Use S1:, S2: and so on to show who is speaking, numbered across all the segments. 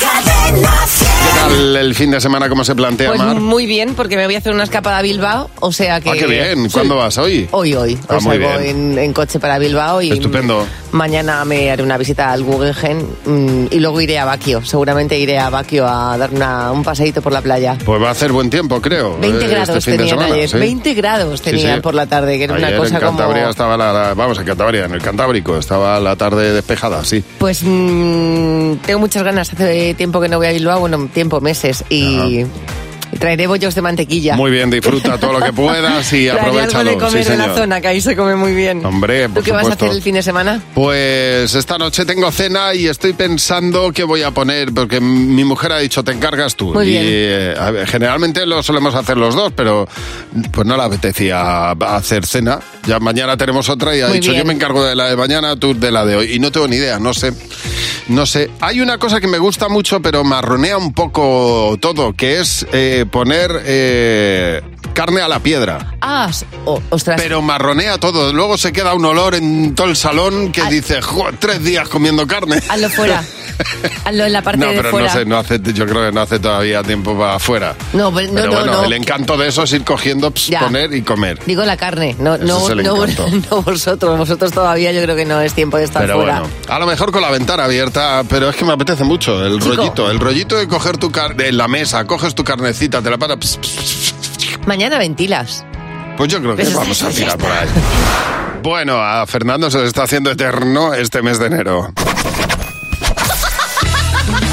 S1: Cadena 100.
S2: ¿Qué tal el fin de semana? ¿Cómo se plantea,
S3: Pues
S2: Mar?
S3: muy bien, porque me voy a hacer una escapada a Bilbao, o sea que...
S2: Ah, qué bien.
S3: Sí.
S2: ¿Cuándo vas hoy?
S3: Hoy, hoy.
S2: Ah,
S3: Hoy
S2: muy
S3: salgo
S2: bien.
S3: en, en coche para Bilbao y...
S2: Estupendo.
S3: Mañana me haré una visita al Guggenheim mm, y luego iré a Baquio. Seguramente iré a Baquio a dar una- un paseíto por la playa.
S2: Pues va a hacer buen tiempo, creo.
S3: 20
S2: eh,
S3: grados
S2: este fin de
S3: tenían
S2: semana,
S3: ayer.
S2: sí.
S3: 20 grados
S2: Sí,
S3: tenían
S2: sí.
S3: por la tarde, que era
S2: Ayer
S3: una cosa
S2: en Cantabria
S3: como...
S2: estaba la, la- Vamos, en Cantabria, en el Cantábrico. Estaba la tarde despejada, sí.
S3: Pues mm, tengo muchas ganas. Hace tiempo que no voy a Bilbao, bueno, tiempo, meses. Y, y traeré bollos de mantequilla.
S2: Muy bien, disfruta todo lo que puedas y
S3: Traeré algo
S2: aprovechalo.
S3: de comer
S2: sí,
S3: en la
S2: señor.
S3: zona, que ahí se come muy bien.
S2: Hombre, por
S3: ¿Tú qué vas a
S2: supuesto.
S3: hacer el fin de semana?
S2: Pues esta noche tengo cena y estoy pensando qué voy a poner, porque mi mujer ha dicho, te encargas tú.
S3: Muy
S2: y
S3: bien.
S2: eh, a ver, generalmente lo solemos hacer los dos, pero pues no le apetecía hacer cena. Ya mañana tenemos otra y ha
S3: Muy
S2: dicho,
S3: bien.
S2: yo me encargo de la de mañana, tú de la de hoy. Y no tengo ni idea, no sé. No sé. Hay una cosa que me gusta mucho, pero marronea un poco todo, que es eh, poner eh, carne a la piedra.
S3: Ah, s- o- ostras.
S2: Pero marronea todo. Luego se queda un olor en todo el salón que dice, "Jo, tres días comiendo carne.
S3: Hazlo fuera. Hazlo en la parte
S2: No,
S3: de
S2: pero no
S3: fuera.
S2: sé, no hace, yo creo que no hace todavía tiempo para afuera.
S3: No, pero- no,
S2: Pero
S3: no,
S2: bueno,
S3: no.
S2: el encanto de eso es ir cogiendo, ps,
S3: Ya.
S2: poner y comer.
S3: Digo la carne, no,
S2: Ese
S3: no,
S2: es el
S3: no,
S2: encanto.
S3: no vosotros. Vosotros todavía yo creo que no es tiempo de estar
S2: Pero
S3: fuera.
S2: bueno, a lo mejor con la ventana abierta, pero es que me apetece mucho el
S3: Chico.
S2: rollito, el rollito de coger tu carne en la mesa, coges tu carnecita, te la paras, ps, ps,
S3: Mañana ventilas.
S2: Pues yo creo que
S3: Pues
S2: vamos
S3: ya
S2: a
S3: está,
S2: tirar
S3: ya
S2: por ahí. Bueno, a Fernando se le está haciendo eterno este mes de enero.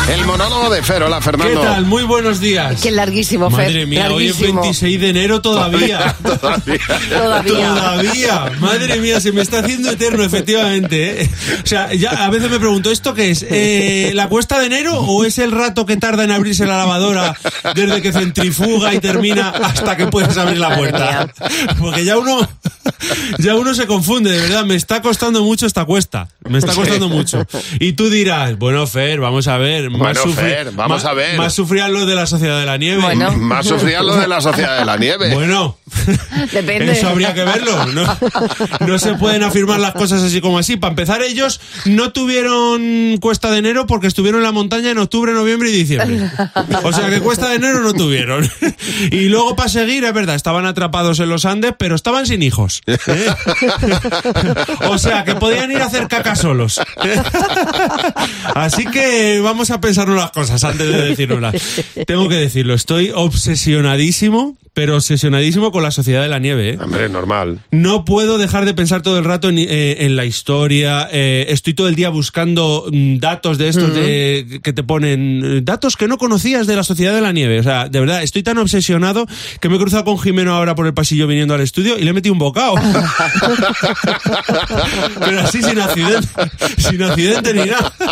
S2: El monólogo de Fer, hola
S4: ¿Qué
S2: Fernando.
S4: tal? Muy buenos días.
S3: Qué larguísimo, Fer.
S4: Madre mía, hoy es
S3: larguísimo.
S4: 26 de enero todavía.
S2: Todavía.
S3: Todavía.
S4: Todavía, madre mía, se me está haciendo eterno, efectivamente. ¿eh? O sea, ya a veces me pregunto, ¿esto qué es? Eh, ¿La cuesta de enero o es el rato que tarda en abrirse la lavadora desde que centrifuga y termina hasta que puedes abrir la puerta? Porque ya uno, ya uno se confunde, de verdad, me está costando mucho esta cuesta. Me está costando mucho. Y tú dirás, bueno, Fer, vamos a ver. Más
S2: Bueno,
S4: sufri-
S2: Fer, vamos
S4: más-
S2: a ver.
S4: Más sufrían los de la Sociedad de la Nieve.
S3: Bueno.
S2: Más sufría lo de la Sociedad de la Nieve.
S4: Bueno,
S3: Depende.
S4: eso habría que verlo. No, No se pueden afirmar las cosas así como así. Para empezar, ellos no tuvieron cuesta de enero porque estuvieron en la montaña en octubre, noviembre y diciembre. O sea que cuesta de enero no tuvieron. Y luego para seguir, es verdad, estaban atrapados en los Andes, pero estaban sin hijos. ¿eh? O sea que podían ir a hacer caca solos. Así que vamos a pensarnos las cosas antes de decirnoslas. Tengo que decirlo, estoy obsesionadísimo, pero obsesionadísimo con la sociedad de la nieve. ¿eh?
S2: Hombre, normal.
S4: No puedo dejar de pensar todo el rato en, eh, en la historia. eh, estoy todo el día buscando mm, datos de estos de, que te ponen. eh, Datos que no conocías de la Sociedad de la Nieve. O sea, de verdad, estoy tan obsesionado que me he cruzado con Jimeno ahora por el pasillo viniendo al estudio y le he metido un bocado. Pero así sin accidente. Sin accidente ni nada.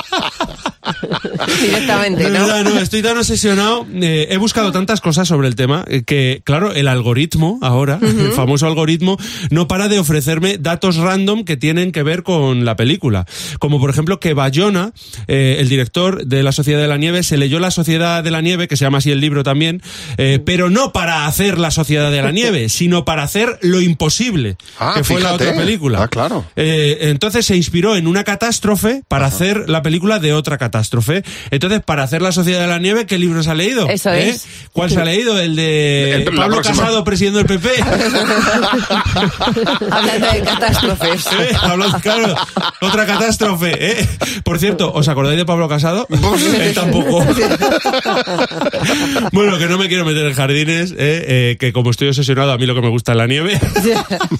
S3: Directamente,
S4: De
S3: ¿no?
S4: verdad, no, estoy tan obsesionado. eh, he buscado tantas cosas sobre el tema eh, que, claro, el algoritmo ahora, el famoso algoritmo, no para de ofrecerme datos random que tienen que ver con la película. Como por ejemplo que Bayona, eh, el director de La Sociedad de la Nieve, se leyó La Sociedad de la Nieve, que se llama así el libro también, eh, pero no para hacer La Sociedad de la Nieve, sino para hacer lo imposible,
S2: Ah,
S4: que fue la
S2: fíjate.
S4: otra película.
S2: Ah, claro.
S4: Eh, entonces se inspiró en una catástrofe para hacer la película de otra catástrofe. Entonces, para hacer La Sociedad de la Nieve, ¿qué libros ha leído?
S3: Eso
S4: ¿Eh?
S3: es.
S4: ¿Cuál se ha leído? El de
S2: El- la
S4: Pablo
S2: próxima.
S4: Casado, presidente del PP.
S3: Hablando de catástrofes.
S4: ¿Eh? Hablando- claro, otra catástrofe. ¿eh? Por cierto, ¿os acordáis de Pablo Casado?
S2: Pues
S4: Él tampoco. bueno, que no me quiero meter en jardines, ¿eh? Eh, que como estoy obsesionado, a mí lo que me gusta es la nieve.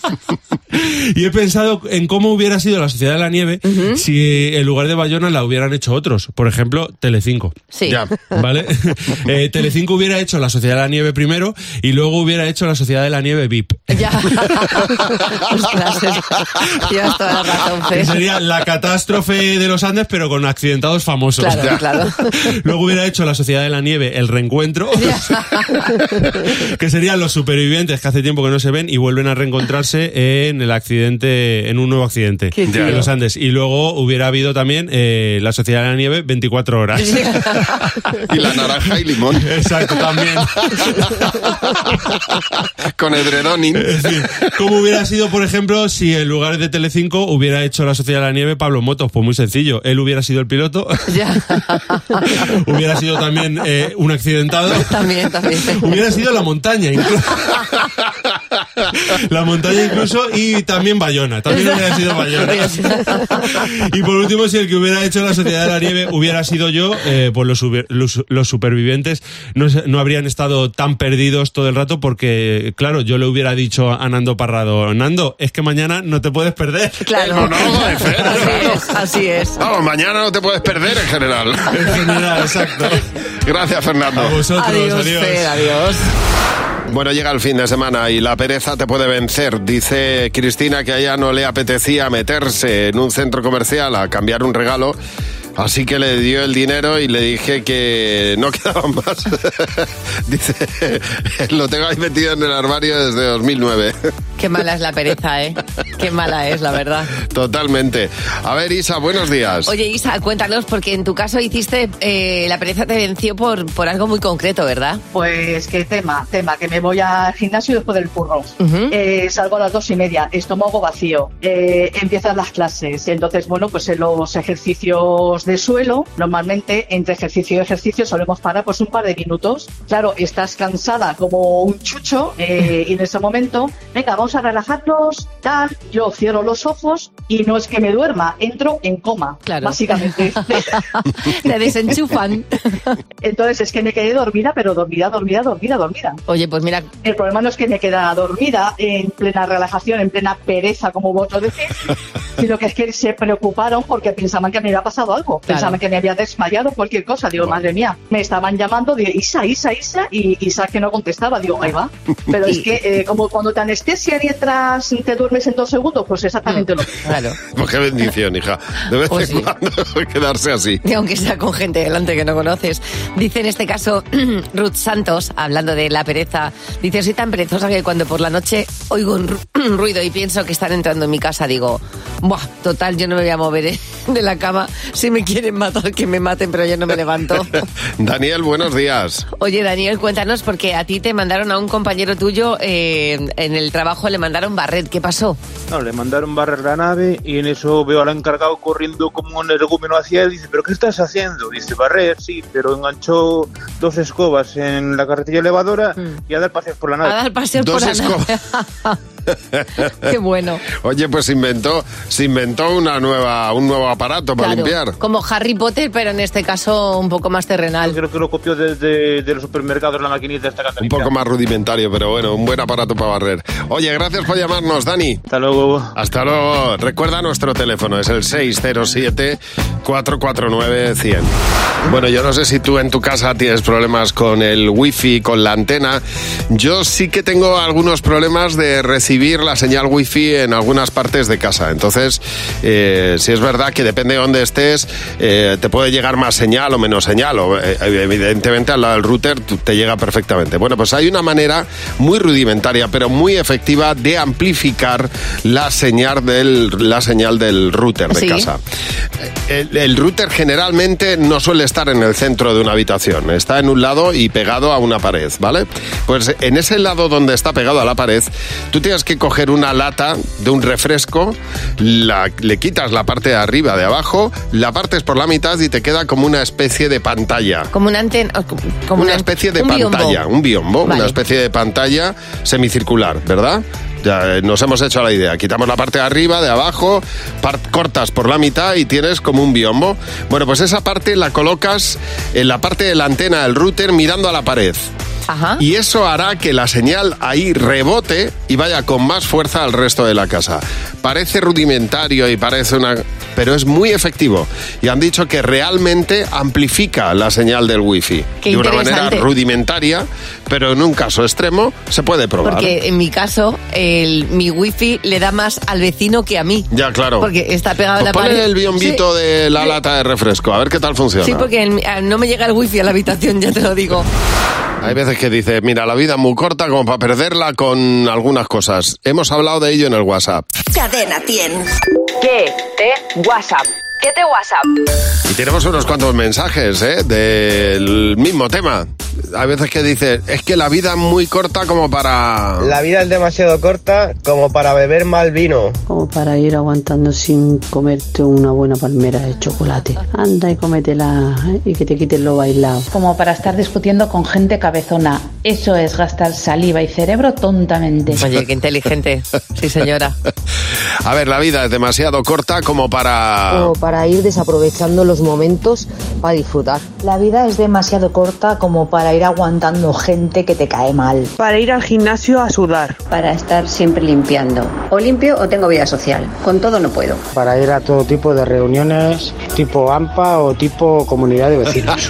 S4: y he pensado en cómo hubiera sido la sociedad de la nieve si eh, en lugar de Bayona la hubieran hecho otros. Por ejemplo, Telecinco.
S3: Sí.
S2: Ya.
S4: ¿Vale? Eh, Telecinco hubiera hecho la Sociedad de la Nieve primero y luego hubiera hecho la Sociedad de la Nieve VIP.
S3: Ya. Ostras, es- llevas toda la razón,
S4: Que
S3: Fer.
S4: sería la catástrofe de los Andes, pero con accidentados famosos.
S3: Claro, claro.
S4: Luego hubiera hecho la Sociedad de la Nieve el reencuentro, que serían los supervivientes que hace tiempo que no se ven y vuelven a reencontrarse en el accidente, en un nuevo accidente
S3: Qué
S4: en
S2: tío.
S4: los Andes. Y luego hubiera habido también eh, la Sociedad de la Nieve 24 horas.
S2: Y la naranja y limón.
S4: Exacto, también.
S2: Con edredonin.
S4: Es decir, ¿Cómo hubiera sido, por ejemplo, si en lugar de Telecinco hubiera hecho la Sociedad de la Nieve Pablo Motos? Pues muy sencillo, él hubiera sido el piloto,
S3: Ya.
S4: hubiera sido también eh, un accidentado.
S3: también, también.
S4: Hubiera sido la montaña, incluso. La montaña incluso y también Bayona. También hubiera sido Bayona. Y por último, si el que hubiera hecho la Sociedad de la Nieve hubiera sido yo, eh, pues los, hubi- los- los supervivientes no, se- no habrían estado tan perdidos todo el rato porque, claro, yo le hubiera dicho a Nando Parrado, Nando, es que mañana no te puedes perder.
S2: El
S3: Claro.
S2: monólogo de Fer, claro.
S3: así es, así es.
S2: Vamos, mañana no te puedes perder en general.
S4: En general, exacto.
S2: Gracias,
S4: A
S2: Fernando.
S4: vosotros,
S3: adiós,
S4: adiós.
S3: Fer, adiós.
S2: Bueno, llega el fin de semana y la pereza te puede vencer. Dice Cristina que a ella no le apetecía meterse en un centro comercial a cambiar un regalo. Así que le dio el dinero y le dije que no quedaba más. Dice, lo tengo ahí metido en el armario desde 2009.
S3: Qué mala es la pereza, ¿eh? Qué mala es, la verdad.
S2: Totalmente. A ver, Isa, buenos días.
S3: Oye, Isa, cuéntanos, porque en tu caso hiciste, eh, la pereza te venció por, por algo muy concreto, ¿verdad?
S1: Pues qué tema, tema, que me voy al gimnasio después del curro.
S3: Ujú.
S1: Eh, salgo a las dos y media, estómago vacío. Eh, empiezan las clases. Entonces, bueno, pues en los ejercicios de suelo, normalmente entre ejercicio y ejercicio solemos parar pues un par de minutos. Claro, estás cansada como un chucho eh, y en ese momento, venga, vamos a relajarnos, tal. Yo cierro los ojos y no es que me duerma, entro en coma,
S3: Claro.
S1: básicamente.
S3: Te desenchufan.
S1: Entonces, es que me quedé dormida, pero dormida, dormida, dormida, dormida.
S3: Oye, pues mira,
S1: El problema no es que me queda dormida en plena relajación, en plena pereza, como vosotros decís, sino que es que se preocuparon porque pensaban que me había pasado algo,
S3: Claro.
S1: pensaban que me había desmayado, cualquier cosa. Digo, madre mía, me estaban llamando de Isa, Isa, Isa, y Isa que no contestaba. Digo, ahí va. Pero es que, eh, como cuando te anestesian y entras, te duermes en dos segundos, pues exactamente lo mismo.
S3: claro.
S2: Pues qué bendición, hija. De vez
S3: Pues
S2: en
S3: sí.
S2: cuando quedarse así.
S3: Y aunque sea con gente delante que no conoces. Dice en este caso Ruth Santos, hablando de la pereza, dice, soy tan perezosa que cuando por la noche oigo un ru- ruido y pienso que están entrando en mi casa, digo, buah, total, yo no me voy a mover de la cama. Si me quieren matar, que me maten, pero yo no me levanto.
S2: Daniel, buenos días.
S3: Oye, Daniel, cuéntanos, porque a ti te mandaron a un compañero tuyo eh, en el trabajo, le mandaron barret. ¿Qué pasó?
S5: Claro, le mandaron barrer la nave y en eso veo al encargado corriendo como un ergúmeno hacia él. Dice, ¿pero qué estás haciendo? Dice, barrer, sí, pero enganchó dos escobas en la carretilla elevadora
S3: Mm.
S5: y a dar paseos por la
S3: A
S5: nave.
S3: dar paseo
S2: Dos
S3: por la nave. Qué bueno.
S2: Oye, pues se inventó, se inventó una nueva, un nuevo aparato para
S3: Claro,
S2: limpiar.
S3: Como Harry Potter, pero en este caso un poco más terrenal.
S5: Creo que lo copió desde de los supermercados la maquinita esta
S2: Un
S5: catalina.
S2: poco más rudimentario, pero bueno, un buen aparato para barrer. Oye, gracias por llamarnos, Dani.
S5: Hasta luego.
S2: Hasta luego. Recuerda nuestro teléfono, es el 607-449-100. Bueno, yo no sé si tú en tu casa tienes problemas con el wifi, con la antena. Yo sí que tengo algunos problemas de recibir la señal wifi en algunas partes de casa. Entonces, eh, si es verdad que depende de dónde estés, eh, te puede llegar más señal o menos señal. O, eh, evidentemente, al lado del router tú- te llega perfectamente. Bueno, pues hay una manera muy rudimentaria, pero muy efectiva de amplificar la señal del, la señal del router de
S3: Sí.
S2: casa. El, el router generalmente no suele estar en el centro de una habitación, está en un lado y pegado a una pared, ¿vale? Pues en ese lado donde está pegado a la pared, tú tienes que coger una lata de un refresco, la- le quitas la parte de arriba, de abajo, la partes por la mitad y te queda como una especie de pantalla
S3: Como una antena. o Como una,
S2: una especie de
S3: un biombo.
S2: pantalla, un biombo,
S3: Vale.
S2: una especie de pantalla semicircular, ¿verdad? Ya eh, nos hemos hecho a la idea. Quitamos la parte de arriba, de abajo, par- cortas por la mitad y tienes como un biombo. Bueno, pues esa parte la colocas en la parte de la antena del router mirando a la pared.
S3: Ajá.
S2: Y eso hará que la señal ahí rebote y vaya con más fuerza al resto de la casa. Parece rudimentario y parece una pero es muy efectivo. Y han dicho que realmente amplifica la señal del wifi.
S3: Qué
S2: de una manera
S3: interesante.
S2: rudimentaria, pero en un caso extremo se puede probar.
S3: Porque en mi caso, el, mi wifi le da más al vecino que a mí.
S2: Ya, claro.
S3: Porque está pegado a
S2: Pues
S3: la
S2: ponle
S3: pared.
S2: el biombito
S3: Sí.
S2: de la lata de refresco, a ver qué tal funciona.
S3: Sí, porque el- ah, no me llega el wifi a la habitación, ya te lo digo.
S2: Hay veces que dices, mira, la vida es muy corta como para perderla con algunas cosas. Hemos hablado de ello en el WhatsApp.
S6: Cadena 100.
S7: ¿Qué te WhatsApp? ¿Qué te WhatsApp?
S2: Y tenemos unos cuantos mensajes ¿eh? del mismo tema. Hay veces que dices, es que la vida es muy corta como para...
S8: La vida es demasiado corta como para beber mal vino.
S9: Como para ir aguantando sin comerte una buena palmera de chocolate. Anda y cómetela ¿eh? y que te quiten lo bailado.
S10: Como para estar discutiendo con gente cabezona. Eso es gastar saliva y cerebro tontamente.
S3: Oye, qué inteligente. Sí, señora.
S2: A ver, la vida es demasiado corta como para...
S3: Oh.
S11: o para ir desaprovechando los momentos para disfrutar. La vida es demasiado corta como para ir aguantando gente que te cae mal.
S12: Para ir al gimnasio a sudar. Para estar siempre limpiando. O limpio o tengo vida social. Con todo no puedo.
S8: Para ir a todo tipo de reuniones, tipo AMPA o tipo comunidad de vecinos.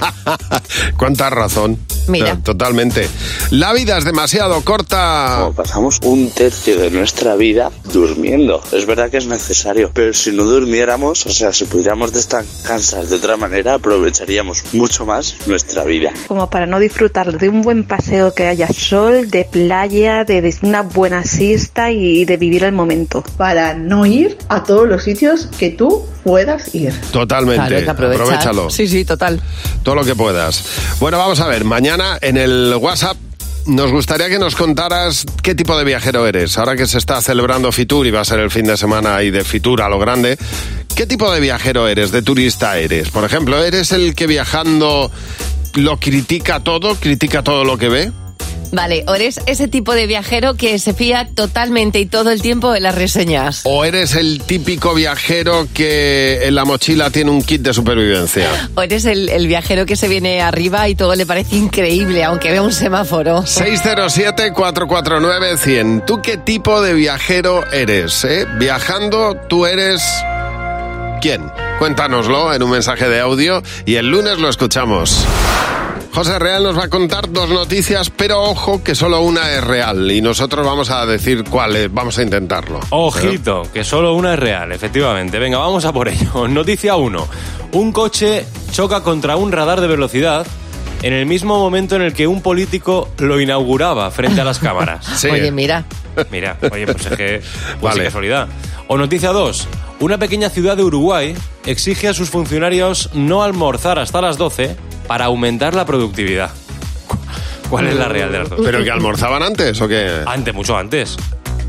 S2: Cuánta razón.
S8: Mira.
S2: Eh, Totalmente. La vida es demasiado
S13: Oh.
S2: corta.
S14: Pasamos un tercio de nuestra vida durmiendo. Es verdad que es necesario, pero si no durmiéramos, o sea, si pudiéramos descansar de otra manera, aprovecharíamos mucho más nuestra vida.
S15: como para no disfrutar de un buen paseo que haya sol, de playa, de, de una buena siesta y de vivir el momento. Para no ir a todos los sitios que tú puedas ir.
S2: Totalmente.
S3: Claro, hay que aprovechar.
S2: Aprovechalo.
S3: Sí, sí, total.
S2: Todo lo que puedas. Bueno, vamos a ver. Mañana en el WhatsApp nos gustaría que nos contaras qué tipo de viajero eres. Ahora que se está celebrando Fitur y va a ser el fin de semana ahí de Fitur a lo grande. ¿Qué tipo de viajero eres? ¿De turista eres? Por ejemplo, ¿eres el que viajando lo critica todo? ¿Critica todo lo que ve?
S3: Vale, o eres ese tipo de viajero que se fía totalmente y todo el tiempo de las reseñas.
S2: ¿O eres el típico viajero que en la mochila tiene un kit de supervivencia?
S3: O eres el, el viajero que se viene arriba y todo le parece increíble, aunque vea un semáforo.
S2: 607-449-100. ¿Tú qué tipo de viajero eres? eh? Viajando, tú eres... ¿Quién? Cuéntanoslo en un mensaje de audio y el lunes lo escuchamos. José Real nos va a contar dos noticias, pero ojo que solo una es real y nosotros vamos a decir cuál es, vamos a intentarlo. Eh,
S16: Ojito, que solo una es real, efectivamente. Venga, vamos a por ello. Noticia 1. Un coche choca contra un radar de velocidad en el mismo momento en el que un político lo inauguraba frente a las cámaras.
S3: Oye, mira.
S16: Mira, oye, pues es que pues
S2: Vale.
S16: sí, casualidad. O noticia 2. Una pequeña ciudad de Uruguay exige a sus funcionarios no almorzar hasta las 12 para aumentar la productividad. Cu- ¿Cuál es la real de las dos?
S2: ¿Pero que almorzaban antes o qué?
S16: Antes, mucho antes.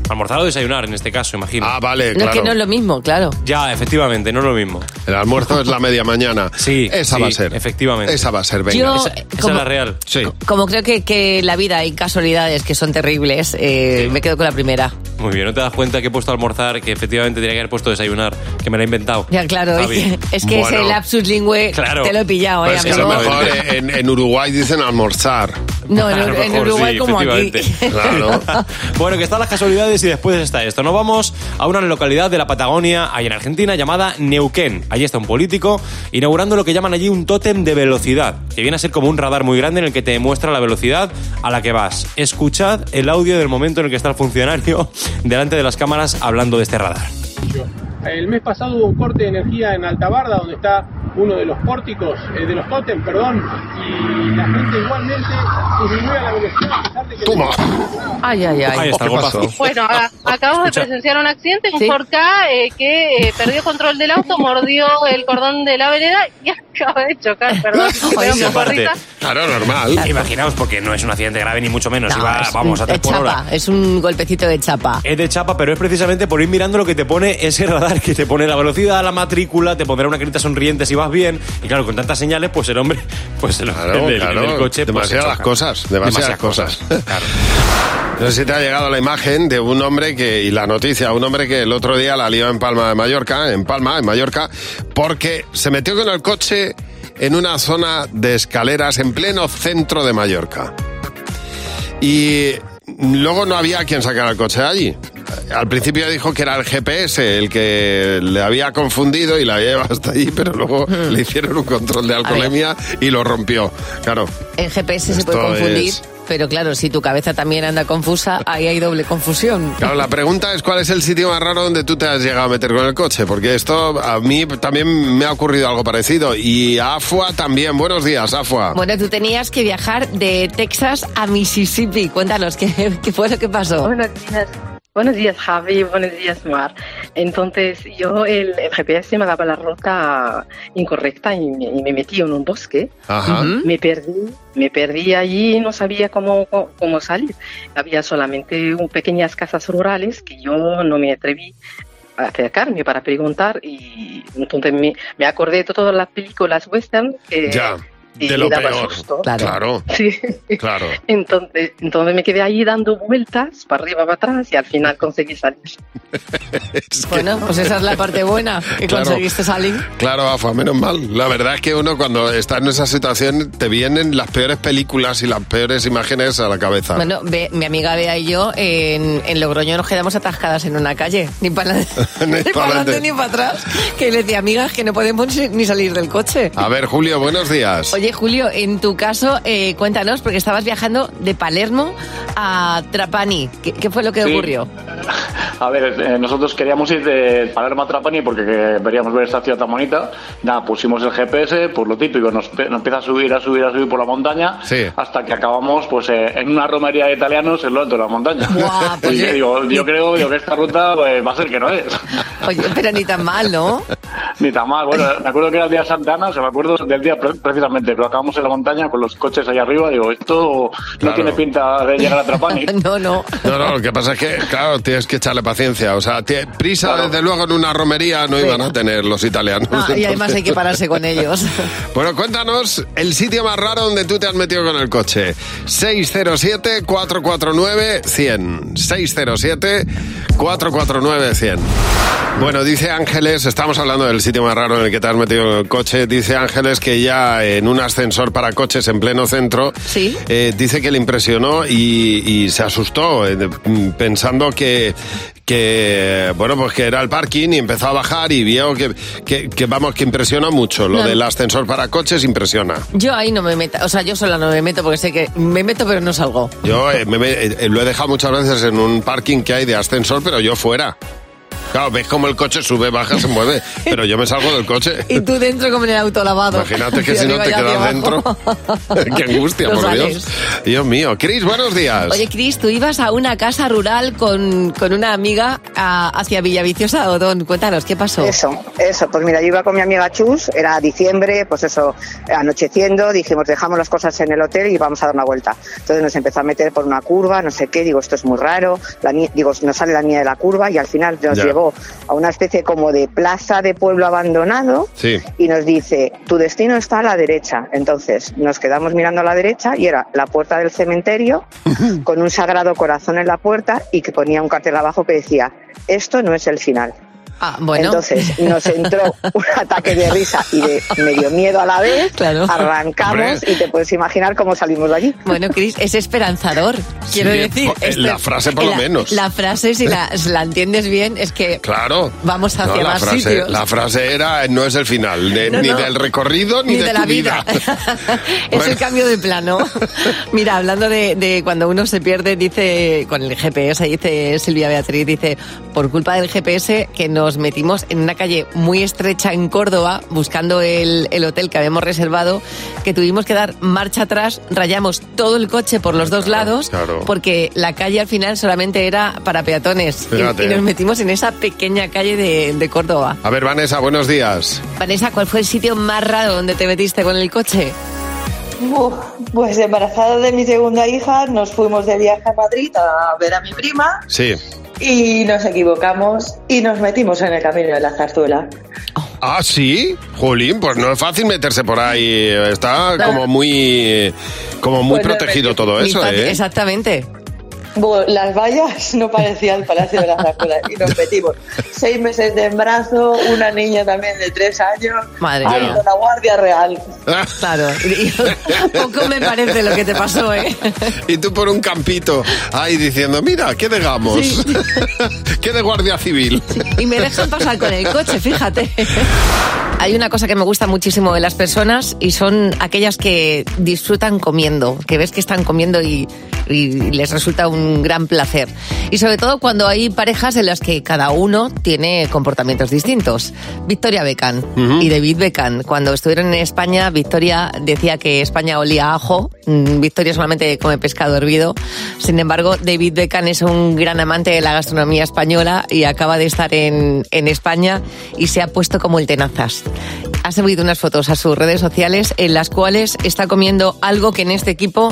S16: Almorzar o desayunar en este caso, imagino. Ah,
S2: vale,
S3: No es que no es lo mismo, claro.
S16: Ya, efectivamente, no es lo mismo.
S2: El almuerzo es la media mañana. Sí. Esa va a
S16: sí,
S2: ser. Efectivamente. Esa va a ser, venga.
S3: Yo, Esa- esa es como- la
S16: real.
S2: Sí.
S3: Como creo que, que la vida hay casualidades que son terribles, eh, me quedo con la primera.
S16: Muy bien, ¿no te das cuenta que he puesto almorzar, que efectivamente tenía que haber puesto desayunar, que me la he inventado?
S3: Ya, claro,
S16: Javi.
S3: es que ese lapsus lingüe
S16: Claro.
S3: te lo he pillado,
S2: Pues
S3: eh,
S2: que a lo
S3: amigo.
S2: mejor en, en Uruguay dicen almorzar.
S3: No, en,
S16: A lo
S3: en
S16: mejor
S3: Uruguay
S16: sí,
S3: como aquí.
S16: efectivamente.
S2: Claro.
S16: bueno, que están las casualidades y después está esto. Nos vamos a una localidad de la Patagonia, ahí en Argentina, llamada Neuquén. Allí está un político inaugurando lo que llaman allí un tótem de velocidad, que viene a ser como un radar muy grande en el que te muestra la velocidad a la que vas. Escuchad el audio del momento en el que está el funcionario delante de las cámaras hablando de este radar.
S17: El mes pasado hubo un corte de energía en Altabarda, donde está uno de los pórticos, eh, de los tótem, perdón, y la gente igualmente disminuye la velocidad. a pesar de que-
S3: Ay, ay, ay.
S16: Ahí está,
S3: ¿Qué
S16: Gopa.
S3: pasó?
S18: Bueno, a- acabamos de presenciar un accidente, un Ford Ka, eh, que eh, perdió control del auto, mordió el cordón de la vereda y acaba de chocar, perdón. Pero
S16: Sí,
S18: una
S16: aparte.
S18: porrita.
S2: Claro, normal.
S16: Imaginaos, porque no es un accidente grave ni mucho menos.
S3: No,
S16: Iba,
S3: es
S16: vamos, a
S3: de
S16: tres por hora.
S3: chapa, es un golpecito de chapa.
S4: Eh,
S16: Es de chapa, pero es precisamente por ir mirando lo que te pone ese radar, que te pone la velocidad, la matrícula, te pondrá una carita sonriente si vas bien. Y claro, con tantas señales, pues el hombre, pues el,
S2: Claro,
S16: el del,
S2: claro.
S16: del coche. pues,
S2: Demasiadas
S16: choca.
S2: cosas, demasiadas cosas. No sé si te ha llegado la imagen de un hombre que, y la noticia, un hombre que el otro día la lió en Palma de Mallorca, en Palma, en Mallorca, porque se metió con el coche en una zona de escaleras en pleno centro de Mallorca. Y luego no había quien sacara el coche de allí. al principio dijo que era el GPS el que le había confundido y la había llevado hasta allí, pero luego le hicieron un control de alcoholemia y lo rompió. Claro.
S3: El GPS se puede
S2: Esto
S3: confundir,
S2: es-
S3: pero claro, si tu cabeza también anda confusa, ahí hay doble confusión.
S2: Claro, la pregunta es cuál es el sitio más raro donde tú te has llegado a meter con el coche, porque esto a mí también me ha ocurrido algo parecido. Y a Afua también. Buenos días, Afua.
S3: Bueno, tú tenías que viajar de Texas a Mississippi. Cuéntanos, ¿qué, qué fue lo que pasó?
S6: Buenos días. Buenos días, Javi. Buenos días, Mar. Entonces, yo el, el GPS me daba la ruta incorrecta y me, y me metí en un bosque.
S2: Ajá.
S6: Me perdí, me perdí allí y no sabía cómo, cómo- cómo salir. Había solamente un- pequeñas casas rurales que yo no me atreví a acercarme para preguntar y entonces me, me acordé de todas las películas western que
S2: Ya,
S6: y
S2: de lo
S6: me daba
S2: peor.
S6: susto.
S2: Claro.
S6: Sí.
S2: Claro.
S6: Entonces, entonces me quedé ahí dando vueltas para arriba, para atrás y al final conseguí salir.
S3: Bueno, pues esa es la parte buena, que
S2: Claro.
S3: conseguiste salir.
S2: Claro, Afa, menos mal. La verdad es que uno cuando está en esa situación te vienen las peores películas y las peores imágenes a la cabeza.
S3: Bueno, ve- mi amiga Bea y yo en, en Logroño nos quedamos atascadas en una calle, ni para
S2: Ni
S3: ni
S2: pa'
S3: para adelante
S2: adelante.
S3: ni para atrás, que le decía, amigas, que no podemos ni salir del coche.
S2: A ver, Julio, buenos días.
S3: Oye, Julio, en tu caso, eh, cuéntanos, porque estabas viajando de Palermo a Trapani. ¿Qué, qué fue lo que
S19: Sí.
S3: ocurrió?
S19: A ver, eh, nosotros queríamos ir de Palermo a Trapani porque queríamos ver esta ciudad tan bonita. Nada, pusimos el GPS, pues lo típico, nos, pe- nos empieza a subir, a subir, a subir por la montaña,
S2: Sí.
S19: hasta que acabamos pues eh, en una romería de italianos en lo alto de la montaña.
S3: pues
S19: y yo
S3: eh,
S19: digo, yo creo digo que esta ruta pues, va a ser que no es.
S3: Oye, pero ni tan mal, ¿no?
S19: Ni tan mal. Bueno, me acuerdo que era el día de Santa Ana, o sea, me acuerdo del día pre- precisamente, pero acabamos en la montaña con los coches allá arriba. Digo, esto
S2: Claro.
S19: no tiene pinta de llegar a Trapani.
S3: No, no.
S2: No, no, lo que pasa es que, claro, tienes que echarle paciencia. O sea, tie- prisa, desde luego, en una romería no
S3: Sí.
S2: iban a tener los italianos.
S3: Ah, y además hay que pararse con ellos.
S2: Bueno, cuéntanos el sitio más raro donde tú te has metido con el coche. 607-449-100. 607-449-100. Bueno, dice Ángeles, estamos hablando del sitio más raro en el que te has metido con el coche. Dice Ángeles que ya en un ascensor para coches en pleno centro, eh, dice que le impresionó y, y se asustó eh, de- mm, pensando que que bueno pues que era el parking y empezó a bajar y vio que, que, que, vamos que impresiona mucho lo
S3: No.
S2: del ascensor para coches impresiona
S3: Yo ahí no me meto, o sea, yo sola no me meto porque sé que me meto pero no salgo.
S2: yo eh, me- me- eh, lo he dejado muchas veces en un parking que hay de ascensor pero yo fuera claro ves como el coche sube baja se mueve pero yo me salgo del coche
S3: Y tú dentro como en el auto lavado.
S2: Imagínate que
S3: De
S2: si no
S3: arriba
S2: te
S3: y hacia
S2: quedas
S3: abajo.
S2: dentro. pues Qué angustia,
S3: No
S2: por
S3: sales.
S2: Dios. Dios mío. Cris, buenos días.
S3: Oye, Cris, tú ibas a una casa rural con, con una amiga a- hacia Villaviciosa Odón. Cuéntanos, ¿qué pasó?
S20: Eso, eso. Pues mira, yo iba con mi amiga Chus, era diciembre, pues eso, anocheciendo, dijimos, dejamos las cosas en el hotel y vamos a dar una vuelta. Entonces nos empezó a meter por una curva, no sé qué, digo, esto es muy raro, la ni- digo, nos sale la niña de la curva y al final nos
S13: Ya.
S20: llevó a una especie como de plaza de pueblo abandonado
S13: Sí.
S20: y nos dice, tu destino está a la derecha. Entonces nos quedamos mirando a la derecha y era la puerta del cementerio con un sagrado corazón en la puerta y que ponía un cartel abajo que decía, esto no es el final.
S3: Ah, bueno.
S20: Entonces nos entró un ataque de risa y de medio miedo a la vez.
S3: Claro.
S20: Arrancamos
S3: Hombre.
S20: y te puedes imaginar cómo salimos de allí.
S3: Bueno, Cris, es esperanzador. Quiero
S2: Sí,
S3: decir.
S2: po- eh, la frase por lo
S3: la-
S2: menos.
S3: La frase, si la, si la entiendes bien, es que
S2: Claro.
S3: vamos hacia
S2: No, la,
S3: más
S2: frase,
S3: sitios.
S2: la frase era, eh, no es el final, de-
S3: No,
S2: ni
S3: no.
S2: del recorrido ni,
S3: Ni de la
S2: tu
S3: vida. Es
S2: Bueno.
S3: el cambio de plano. Mira, hablando de, de cuando uno se pierde, dice con el GPS, dice Silvia Beatriz, dice, por culpa del GPS que nos metimos en una calle muy estrecha en Córdoba, buscando el, el hotel que habíamos reservado, que tuvimos que dar marcha atrás, rayamos todo el coche por los dos lados,
S2: claro.
S3: porque la calle al final solamente era para peatones. Y-
S2: Fíjate. ¿eh?
S3: Y, nos metimos en esa pequeña calle de- de Córdoba.
S2: A ver, Vanessa, buenos días.
S3: Vanessa, ¿cuál fue el sitio más raro donde te metiste con el coche?
S21: Uf, pues embarazada de mi segunda hija, nos fuimos de viaje a Madrid a ver a mi prima
S2: Sí.
S21: y nos equivocamos y nos metimos en el camino de la zarzuela.
S2: Ah, sí, Jolín, pues no es fácil meterse por ahí. Está
S21: No.
S2: como muy, como muy
S21: Pues no,
S2: protegido
S21: me-
S2: todo
S3: Mi
S2: eso,
S3: fa-
S2: ¿eh?
S3: Exactamente.
S21: Bueno, las vallas no parecían el Palacio de las Acuelas y nos metimos seis meses de embarazo, una niña también de tres años,
S3: Madre
S21: alto
S3: mía.
S21: la Guardia Real.
S3: Claro. Y- y- poco me parece lo que te pasó, ¿eh?
S2: Y tú por un campito ahí diciendo, mira, ¿qué de gamos? ¿Qué de guardia civil?
S3: Y me dejan pasar con el coche, fíjate. Hay una cosa que me gusta muchísimo de las personas y son aquellas que disfrutan comiendo, que ves que están comiendo y, y les resulta un gran placer. Y sobre todo cuando hay parejas en las que cada uno tiene comportamientos distintos. Victoria Beckham y David Beckham, cuando estuvieron en España, Victoria decía que España olía a ajo, mm, Victoria solamente come pescado hervido. Sin embargo, David Beckham es un gran amante de la gastronomía española y acaba de estar en, en España y se ha puesto como el tenazas. Ha subido unas fotos a sus redes sociales en las cuales está comiendo algo que en este equipo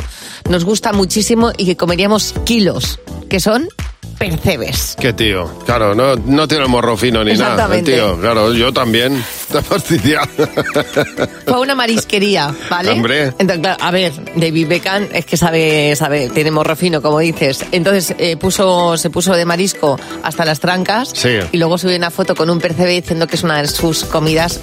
S3: nos gusta muchísimo y que comeríamos kilos, que son percebes.
S2: Qué tío. Claro, no, no tiene el morro fino ni nada. El
S3: Exactamente.
S2: tío, claro, yo también. Está fastidiado.
S3: Fue a una marisquería, ¿vale?
S2: Hombre.
S3: Entonces, claro, a ver, David Beckham es que sabe, sabe, tiene morro fino, como dices. Entonces eh, puso, se puso de marisco hasta las trancas
S2: Sí.
S3: y luego subió una foto con un percebe diciendo que es una de sus comidas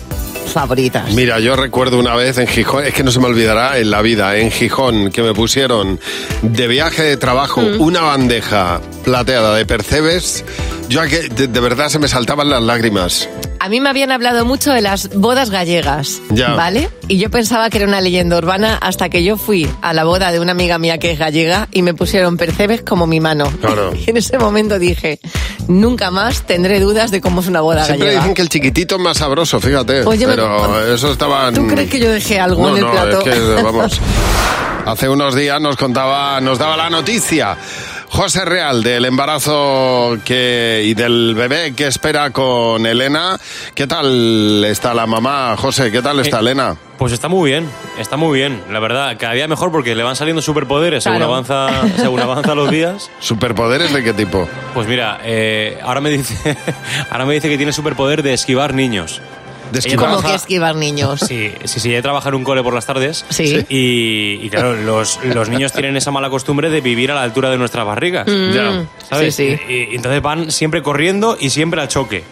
S3: favoritas.
S2: Mira, yo recuerdo una vez en Gijón, es que no se me olvidará en la vida, en Gijón, que me pusieron de viaje de trabajo una bandeja plateada de percebes. Yo aquel- de, de verdad se me saltaban las lágrimas.
S3: A mí me habían hablado mucho de las bodas gallegas,
S2: Ya.
S3: ¿vale? Y yo pensaba que era una leyenda urbana hasta que yo fui a la boda de una amiga mía que es gallega y me pusieron percebes como mi mano.
S2: Claro.
S3: Y en ese momento dije, nunca más tendré dudas de cómo es una boda
S2: Siempre
S3: gallega.
S2: dicen que el chiquitito es más sabroso, fíjate.
S3: Oye, me-
S2: pero eso estaban.
S3: ¿Tú crees que yo dejé algo
S2: no,
S3: en el
S2: no,
S3: plato?
S2: es que, vamos. Hace unos días nos contaba, nos daba la noticia José Real del embarazo que y del bebé que espera con Elena. ¿Qué tal está la mamá, José? ¿Qué tal está
S16: Eh,
S2: Elena?
S16: Pues está muy bien, está muy bien, la verdad. Cada día mejor porque le van saliendo superpoderes según,
S2: Claro.
S16: avanza, según avanza los días.
S2: ¿Superpoderes de qué tipo?
S16: Pues mira, eh, ahora, me dice, ahora me dice que tiene superpoder de esquivar niños.
S2: ¿De
S3: Como que esquivar niños.
S16: Sí, sí, sí, he trabajado en un cole por las tardes.
S3: Sí.
S16: Y, y claro, los, los niños tienen esa mala costumbre de vivir a la altura de nuestras barrigas.
S3: Mm, Ya.
S16: ¿Sabes?
S3: sí, sí.
S16: Y, y entonces van siempre corriendo y siempre a choque.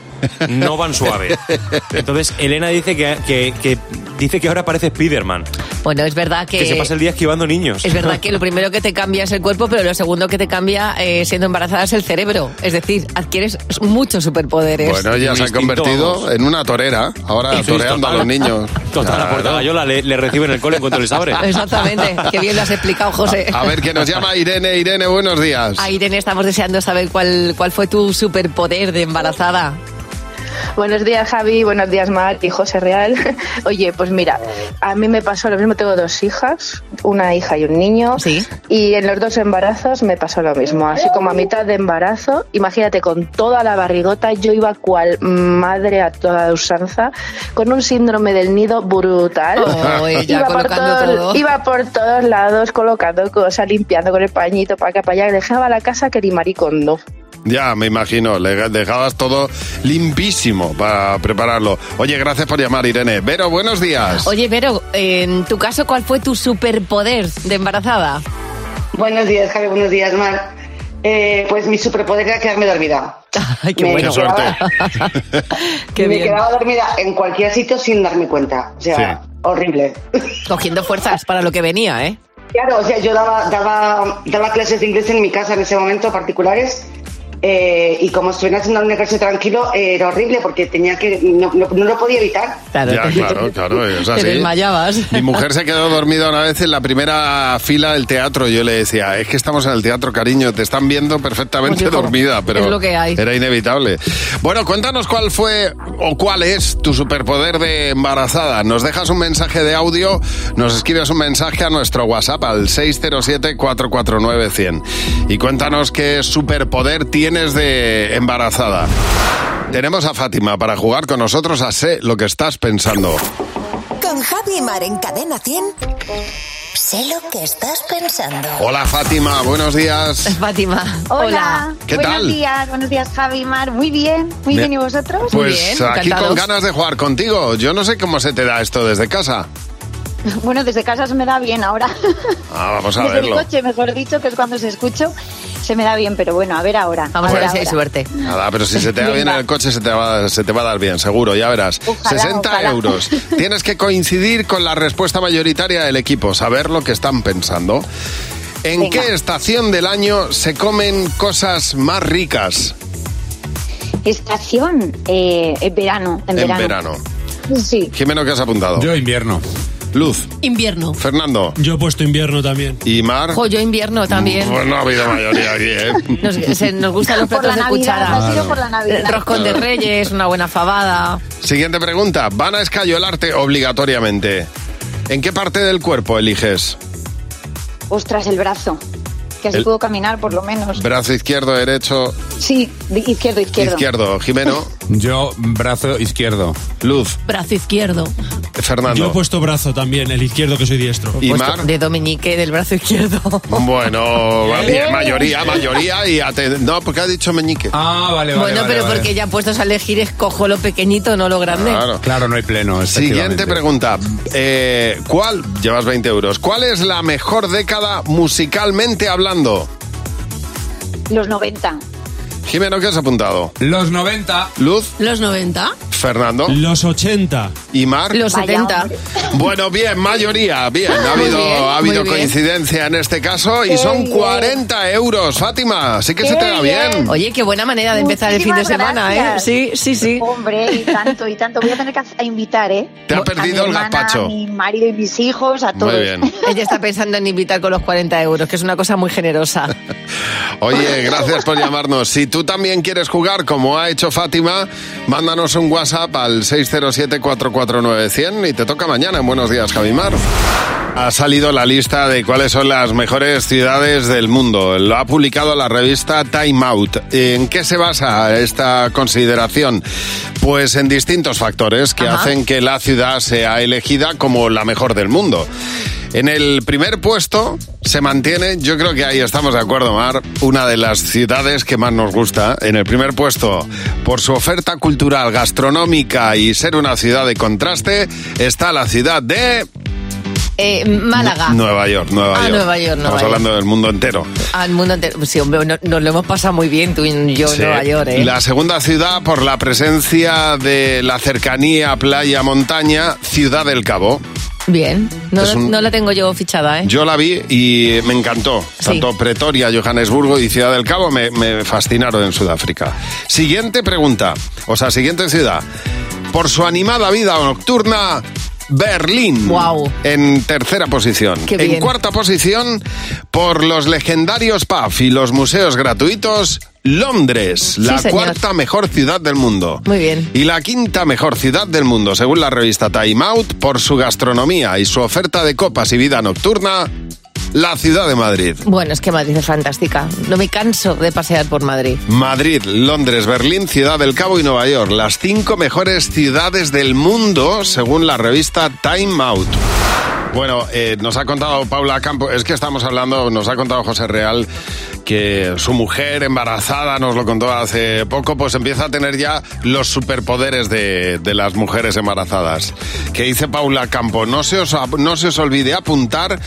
S16: No van suave. Entonces Elena dice que, que- que dice que ahora parece Spiderman.
S3: Bueno, es verdad que...
S16: Que se pasa el día esquivando niños.
S3: Es verdad que lo primero que te cambia es el cuerpo, pero lo segundo que te cambia eh, siendo embarazada es el cerebro. Es decir, adquieres muchos superpoderes.
S2: Bueno, ella se ha
S16: pues, instinto,
S2: convertido
S16: vamos.
S2: en una torera, ahora
S16: Sí,
S2: toreando a
S16: total.
S2: los niños.
S16: Total, la
S2: Claro.
S16: portagayola le, le recibe en el cole en cuanto les abre.
S3: Exactamente. Qué bien lo has explicado, José.
S2: A ver qué nos llama Irene. Irene, buenos días.
S3: A Irene estamos deseando saber cuál, cuál fue tu superpoder de embarazada.
S22: Buenos días, Javi. Buenos días, Mar y José Real. Oye, pues mira, a mí me pasó lo mismo. Tengo dos hijas, una hija y un niño. Y en los dos embarazos me pasó lo mismo. Así como a mitad de embarazo, imagínate, con toda la barrigota, yo iba cual madre a toda usanza, con un síndrome del nido brutal.
S3: Oh, ella colocando
S22: por
S3: todo.
S22: iba por todos lados, colocando cosas, limpiando con el pañito para acá, para allá. Dejaba la casa que ni maricondo.
S2: Ya, me imagino. Le dejabas todo limpísimo para prepararlo. Oye, gracias por llamar, Irene. Vero, buenos días.
S3: Oye, Vero, en tu caso, ¿cuál fue tu superpoder de embarazada?
S13: Buenos días, Javi, buenos días, Mar. Eh, pues mi superpoder era quedarme dormida.
S3: Ay,
S13: qué Me bueno. quedaba-
S3: Qué
S13: me
S3: bien.
S13: quedaba dormida en cualquier sitio sin darme cuenta. O sea, horrible.
S3: Cogiendo fuerzas para lo que venía, ¿eh?
S13: Claro, o sea, yo daba, daba, daba clases de inglés en mi casa en ese momento, particulares, eh, y como estuviera haciendo un negocio tranquilo, eh, era horrible porque tenía que, no, no- no lo podía evitar.
S2: Ya, claro, claro, es así. Mi mujer se quedó dormida una vez en la primera fila del teatro. Yo le decía, es que estamos en el teatro, cariño, te están viendo perfectamente dormida, pero
S3: es lo que hay.
S2: era inevitable. Bueno, cuéntanos cuál fue o cuál es tu superpoder de embarazada. Nos dejas un mensaje de audio, nos escribes un mensaje a nuestro WhatsApp al 607-449-100 y cuéntanos qué superpoder tienes de embarazada. Tenemos a Fátima para jugar con nosotros a Sé lo que estás pensando.
S23: Con Javi y Mar en Cadena 100. Sé lo que estás pensando.
S2: Hola Fátima, buenos días.
S3: Fátima.
S23: Hola.
S2: ¿Qué
S23: Buenos
S2: tal?
S23: días, buenos días, Javi, Mar. Muy bien, muy bien. ¿Y vosotros?
S2: Pues aquí con ganas de jugar contigo. Yo no sé cómo se te da esto desde casa.
S23: Bueno, desde casa se me da bien ahora.
S2: Ah, vamos a
S23: desde el
S2: verlo.
S23: coche, mejor dicho, que es cuando se escucho.
S1: se me da bien, pero bueno, a ver ahora.
S3: Vamos a ver si hay
S1: ahora.
S3: suerte.
S2: Nada, pero si se te da bien en
S1: Venga.
S2: el coche, se te va, se te va a dar bien, seguro, ya verás.
S1: Ojalá,
S2: 60
S1: ojalá.
S2: euros. Tienes que coincidir con la respuesta mayoritaria del equipo, saber lo que están pensando. ¿En
S1: Venga.
S2: qué estación del año se comen cosas más ricas?
S1: Estación, eh, en verano. En, verano. Sí.
S2: Jimeno, ¿qué has apuntado? Yo invierno. Luz.
S3: Invierno.
S2: Fernando. Yo he puesto invierno también. ¿Y Mar?
S3: Jo, yo invierno también.
S2: Pues no ha habido mayoría aquí, ¿eh?
S3: Nos, se- nos gustan los
S1: Por
S3: platos de
S1: la Navidad,
S3: cuchara. Eh,
S1: ha sido por la Navidad.
S3: El Roscón de
S2: Claro.
S3: Reyes, una buena fabada.
S2: Siguiente pregunta. Van a escayolarte obligatoriamente. ¿En qué parte del cuerpo eliges?
S1: Ostras, el brazo. Que así
S2: El-
S1: puedo caminar por lo menos.
S2: Brazo izquierdo, derecho,
S1: Sí, de- izquierdo, izquierdo.
S2: izquierdo. Jimeno. Yo, brazo izquierdo. Luz.
S3: Brazo izquierdo.
S2: Fernando.
S4: Yo he puesto brazo también, el izquierdo que soy diestro.
S2: ¿Y Mar?
S3: De Dominique, del brazo izquierdo.
S2: Bueno,
S3: Bien.
S2: mayoría, mayoría y ate- No, porque ha dicho meñique. Ah, vale,
S3: bueno, pero porque ya puestos a elegir, escojo lo pequeñito, no lo grande.
S2: claro, no hay pleno. Siguiente pregunta. Eh, ¿Cuál? Llevas 20 euros. ¿Cuál es la mejor década musicalmente hablando?
S1: Los 90.
S2: Jimeno, ¿qué has apuntado? Los 90. Luz.
S3: Los 90.
S2: Fernando. Los 80. ¿Y Mar?
S3: Los Vaya 70.
S2: Bueno, bien, mayoría. Bien, ha
S3: Muy
S2: habido,
S3: bien,
S2: ha habido
S3: muy bien.
S2: coincidencia en este caso y
S3: Qué
S2: son
S3: bien.
S2: 40 euros, Fátima. Así que se te da bien.
S3: Oye, qué buena manera de empezar el fin de semana, ¿eh? Sí, sí, sí.
S1: Hombre, y tanto, y tanto. Voy a tener que hacer- a invitar, ¿eh?
S2: Te ha
S1: A mi
S2: perdido el
S1: hermana,
S2: gazpacho.
S1: A mi marido y mis hijos, a
S2: Muy
S1: todos.
S2: bien.
S3: Ella está pensando en invitar con los 40 euros, que es una cosa muy generosa.
S2: Oye, gracias por llamarnos. Si tú también quieres jugar como ha hecho Fátima, mándanos un WhatsApp al 607-449-100 y te toca mañana. en Buenos días, Javimar. Ha salido la lista de cuáles son las mejores ciudades del mundo. Lo ha publicado la revista Time Out. ¿En qué se basa esta consideración? Pues en distintos factores que hacen que la ciudad sea elegida como la mejor del mundo. En el primer puesto se mantiene, yo creo que ahí estamos de acuerdo, Mar, una de las ciudades que más nos gusta. En el primer puesto, por su oferta cultural, gastronómica y ser una ciudad de contraste, está la ciudad de
S3: Eh, Málaga.
S2: Nueva York. Nueva
S3: Ah,
S2: York.
S3: Nueva York, Nueva
S2: Estamos
S3: York.
S2: hablando del mundo entero.
S3: Al mundo entero. Sí, hombre, no- nos lo hemos pasado muy bien tú y yo en
S2: Sí.
S3: Nueva York, ¿eh?
S2: La segunda ciudad por la presencia de la cercanía, playa, montaña, Ciudad del Cabo.
S3: Bien. No,
S2: Es un-
S3: no la tengo yo fichada, ¿eh?
S2: Yo la vi y me encantó.
S3: Sí.
S2: Tanto Pretoria, Johannesburgo y Ciudad del Cabo me, me fascinaron en Sudáfrica. Siguiente pregunta, o sea, siguiente ciudad. Por su animada vida nocturna, Berlín. En tercera posición.
S5: Qué
S2: en
S5: bien.
S2: cuarta posición, por los legendarios pubs y los museos gratuitos, Londres, la
S3: señor.
S2: cuarta mejor ciudad del mundo.
S3: Muy bien.
S2: Y la quinta mejor ciudad del mundo, según la revista Time Out, por su gastronomía y su oferta de copas y vida nocturna, la ciudad de Madrid.
S3: Bueno, es que Madrid es fantástica. No me canso de pasear por Madrid.
S2: Madrid, Londres, Berlín, Ciudad del Cabo y Nueva York, las cinco mejores ciudades del mundo, según la revista Time Out. Bueno, eh, nos ha contado Paula Campo, es que estamos hablando, nos ha contado José Real que su mujer embarazada, nos lo contó hace poco, pues empieza a tener ya los superpoderes de, de las mujeres embarazadas. Que dice Paula Campo, no se, os, no se os olvide apuntar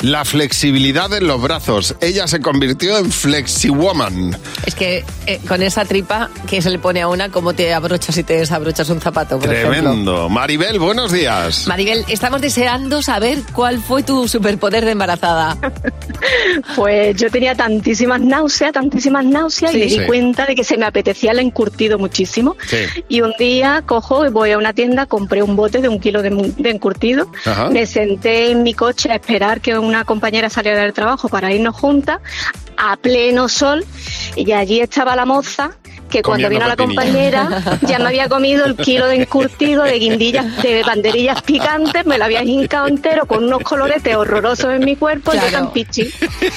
S2: la flexibilidad en los brazos. Ella se convirtió en flexiwoman.
S3: Es que eh, con esa tripa que se le pone a una, ¿cómo te abrochas y te desabrochas un zapato? Por ejemplo?
S2: Tremendo. Maribel, buenos días.
S3: Maribel, estamos deseando saber cuál fue tu superpoder de embarazada.
S24: Pues yo tenía tantísimas náuseas, tantísimas náuseas
S3: Sí.
S24: y me di
S3: Sí.
S24: cuenta de que se me apetecía el encurtido muchísimo.
S3: Sí.
S24: Y un día cojo y voy a una tienda, compré un bote de un kilo de, mu- de encurtido,
S25: Ajá.
S24: me senté en mi coche a esperar que una compañera saliera del trabajo para irnos juntas a pleno sol y allí estaba la moza que cuando
S25: Comiendo
S24: vino la
S25: pepinillo.
S24: compañera ya me había comido el kilo de encurtido de guindillas de banderillas picantes, me lo había hincado entero con unos coloretes horrorosos en mi cuerpo y Pues yo
S3: Claro.
S24: tan pichi.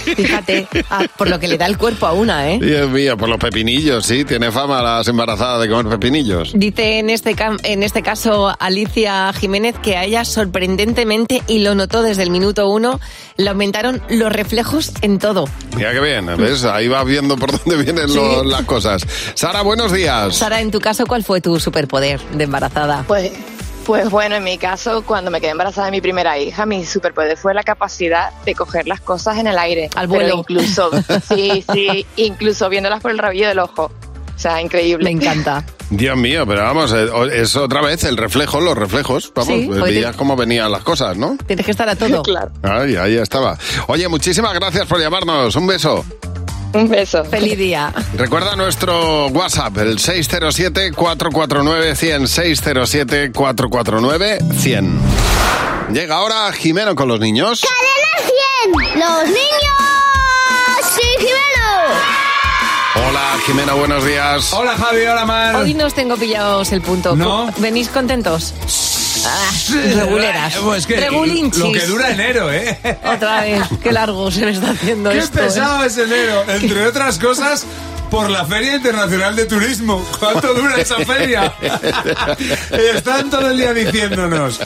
S3: Fíjate, ah, por lo que le da el cuerpo a una, ¿eh?
S2: Dios mío, por los pepinillos, sí, tiene fama las embarazadas de comer pepinillos.
S3: Dice en este, cam- en este caso Alicia Jiménez que a ella sorprendentemente, y lo notó desde el minuto uno, le aumentaron los reflejos en todo.
S2: Mira qué bien, ¿ves? Ahí vas viendo por dónde vienen lo- las cosas. Sara, buenos días.
S3: Sara, en tu caso, ¿cuál fue tu superpoder de embarazada?
S25: Pues
S5: Pues bueno, en mi caso, cuando me quedé embarazada de mi primera hija, mi superpoder fue la capacidad de coger las cosas en el aire. Al
S3: vuelo.
S5: incluso, sí, sí, incluso viéndolas por el rabillo del ojo. O sea, increíble. Me
S3: encanta.
S2: Dios mío, pero vamos, eh, o- es otra vez el reflejo, los reflejos. Vamos,
S3: Sí,
S2: eh,
S3: hoy te-
S2: veías cómo venían las cosas, ¿no?
S3: Tienes que estar a todo.
S2: Ahí, ahí estaba. Oye, muchísimas gracias por llamarnos. Un beso.
S5: Un beso.
S3: Feliz día.
S2: Recuerda nuestro WhatsApp, el 607-449-100. 607-449-100. Llega ahora Jimeno con los niños.
S7: ¡Los niños! ¡Sí,
S2: Hola, Jimeno, buenos días.
S16: Hola, Javi, hola, Mar.
S3: Hoy no os tengo pillados el punto.
S16: ¿No?
S3: ¿Venís contentos? Ah, reguleras.
S9: Pues que-
S3: Regulinchis.
S9: Lo que dura enero, ¿eh?
S3: Otra vez, qué largo se me está haciendo
S9: Qué
S3: esto.
S9: pesado
S3: ¿eh?
S9: es enero. Entre otras cosas, por la Feria Internacional de Turismo. ¿Cuánto dura esa feria? Están todo el día diciéndonos.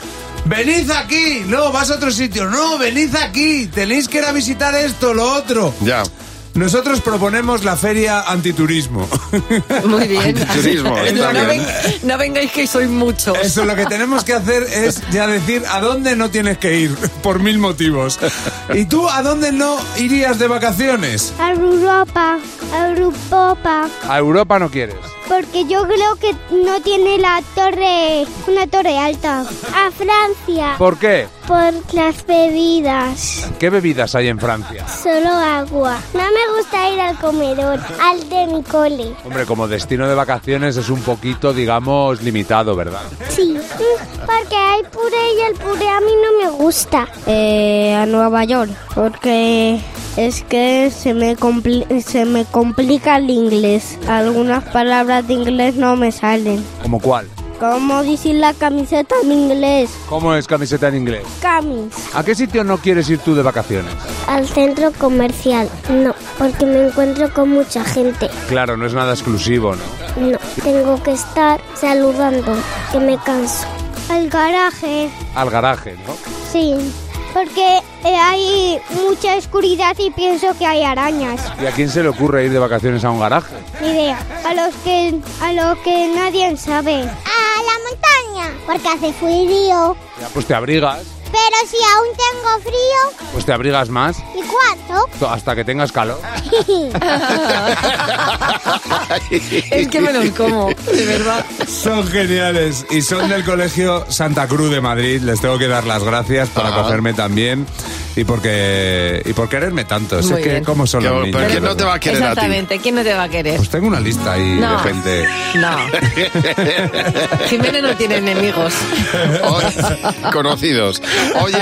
S9: Venid aquí, no, vas a otro sitio, no, venid aquí, tenéis que ir a visitar esto, lo otro.
S2: Ya.
S9: Nosotros proponemos la feria antiturismo.
S3: Muy bien.
S9: Antiturismo,
S3: Así-
S9: está
S3: no,
S9: bien.
S3: ven- no vengáis que soy muchos.
S9: Eso lo que tenemos que hacer es ya decir a dónde no tienes que ir, por mil motivos. ¿Y tú a dónde no irías de vacaciones?
S7: A Europa, a Europa,
S9: A Europa no quieres.
S7: porque yo creo que no tiene la torre, una torre alta. A Francia,
S9: ¿Por qué?
S7: por las bebidas,
S9: ¿Qué bebidas hay en Francia?
S7: solo agua. No me gusta ir al comedor, al de mi cole.
S9: Hombre, como destino de vacaciones es un poquito, digamos, limitado, ¿verdad?
S7: Sí, mm, porque hay puré y el puré a mí no me gusta. Eh, a Nueva York, porque es que se me, se me complica el inglés. Algunas palabras de inglés no me salen.
S9: ¿Como cuál?
S7: ¿Cómo decir la camiseta en inglés?
S9: ¿Cómo es camiseta en inglés?
S7: Camis.
S9: ¿A qué sitio no quieres ir tú de vacaciones?
S7: Al centro comercial. No, porque me encuentro con mucha gente.
S9: Claro, no es nada exclusivo, ¿no?
S7: No, tengo que estar saludando, que me canso. Al garaje.
S9: Al garaje, ¿no?
S7: Sí, porque hay mucha oscuridad y pienso que hay arañas.
S9: ¿Y a quién se le ocurre ir de vacaciones a un garaje?
S7: Ni idea. A los que a lo que nadie sabe. A la montaña, porque hace frío.
S9: Ya, pues te abrigas,
S7: Pero si aún tengo frío,
S9: pues te abrigas más
S7: ¿y cuánto?
S9: to- hasta que tengas calor.
S3: Es que me los como, de verdad.
S9: Son geniales y son del Colegio Santa Cruz de Madrid. Les tengo que dar las gracias por acogerme también y porque y por quererme tanto. Sé
S3: Muy
S9: que
S3: bien.
S9: cómo son
S2: Qué
S9: los
S2: bueno,
S9: niños.
S2: pero ¿quién
S9: de
S2: no te
S9: verdad.
S2: va a querer a ti?
S3: Exactamente, ¿quién no te va a querer?
S9: Pues tengo una lista ahí
S3: No.
S9: de gente.
S3: No, Jiménez no tiene enemigos.
S2: Conocidos. Oye,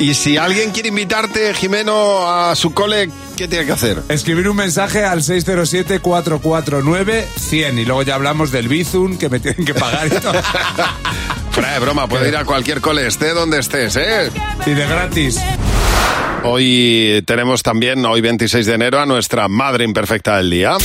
S2: y si alguien quiere invitarte, Jimeno, a su cole, ¿qué tiene que hacer?
S9: Escribir un mensaje al 607-449-100 y luego ya hablamos del Bizum que me tienen que pagar y todo.
S2: Fuera de broma, puede ir a cualquier cole, esté donde estés, ¿eh?
S9: Y de gratis.
S2: Hoy tenemos también, hoy 26 de enero, a nuestra madre imperfecta del día.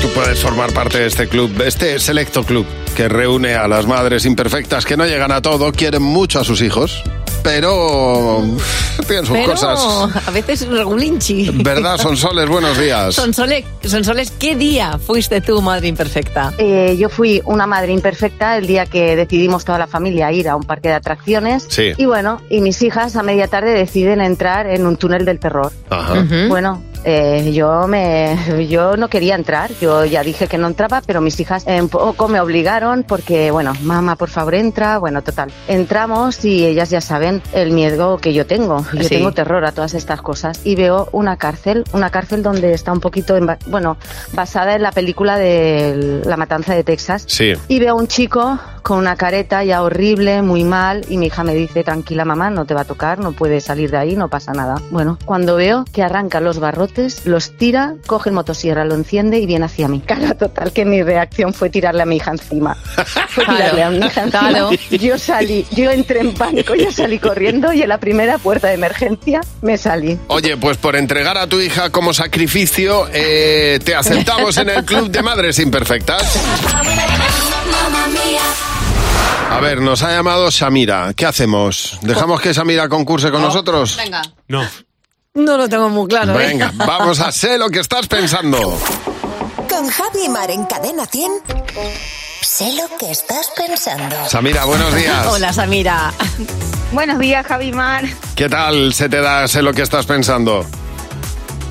S2: Tú puedes formar parte de este club, este selecto club que reúne a las madres imperfectas que no llegan a todo, quieren mucho a sus hijos, pero tienen sus
S3: Pero
S2: cosas.
S3: a veces regulinchi.
S2: ¿Verdad, Sonsoles? Buenos días.
S3: Sonsoles, Sonsoles, ¿qué día fuiste tú, madre imperfecta?
S10: Eh, yo fui una madre imperfecta el día que decidimos toda la familia ir a un parque de atracciones.
S2: Sí.
S10: Y bueno, y mis hijas a media tarde deciden entrar en un túnel del terror.
S3: Ah.
S2: Ajá.
S3: ¿Mm?
S2: Ujú.
S10: Bueno, eh, yo me, yo no quería entrar. Yo ya dije que no entraba, pero mis hijas eh, un poco me obligaron porque, bueno, mamá, por favor entra. Bueno, total, entramos y ellas ya saben el miedo que yo tengo. Yo
S3: Sí.
S10: tengo terror a todas estas cosas y veo una cárcel, una cárcel donde está un poquito, en ba- bueno, basada en la película de La Matanza de Texas.
S2: Sí.
S10: Y veo a un chico con una careta ya horrible, muy mal, y mi hija me dice, tranquila mamá, no te va a tocar, no puedes salir de ahí, no pasa nada. Bueno, cuando veo que arranca los barrotes, los tira, coge el motosierra, lo enciende y viene hacia mí. Cara total, que mi reacción fue tirarle a mi hija encima. Fue tirarle a mi hija encima.
S3: Claro.
S10: Yo salí, yo entré en pánico, yo salí corriendo y en la primera puerta de emergencia me salí.
S2: Oye, pues por entregar a tu hija como sacrificio, eh, te aceptamos en el club de madres imperfectas. A ver, nos ha llamado Samira. ¿Qué hacemos? ¿Dejamos que Samira concurse con nosotros?
S3: Venga.
S2: No.
S3: No lo tengo muy claro. ¿eh?
S2: Venga, vamos a sé lo que estás pensando.
S23: Con Javi y Mar en Cadena 100. Sé lo que estás pensando.
S2: Samira, buenos días.
S3: Hola, Samira.
S8: Buenos días, Javi Mar.
S2: ¿Qué tal se te da sé lo que estás pensando?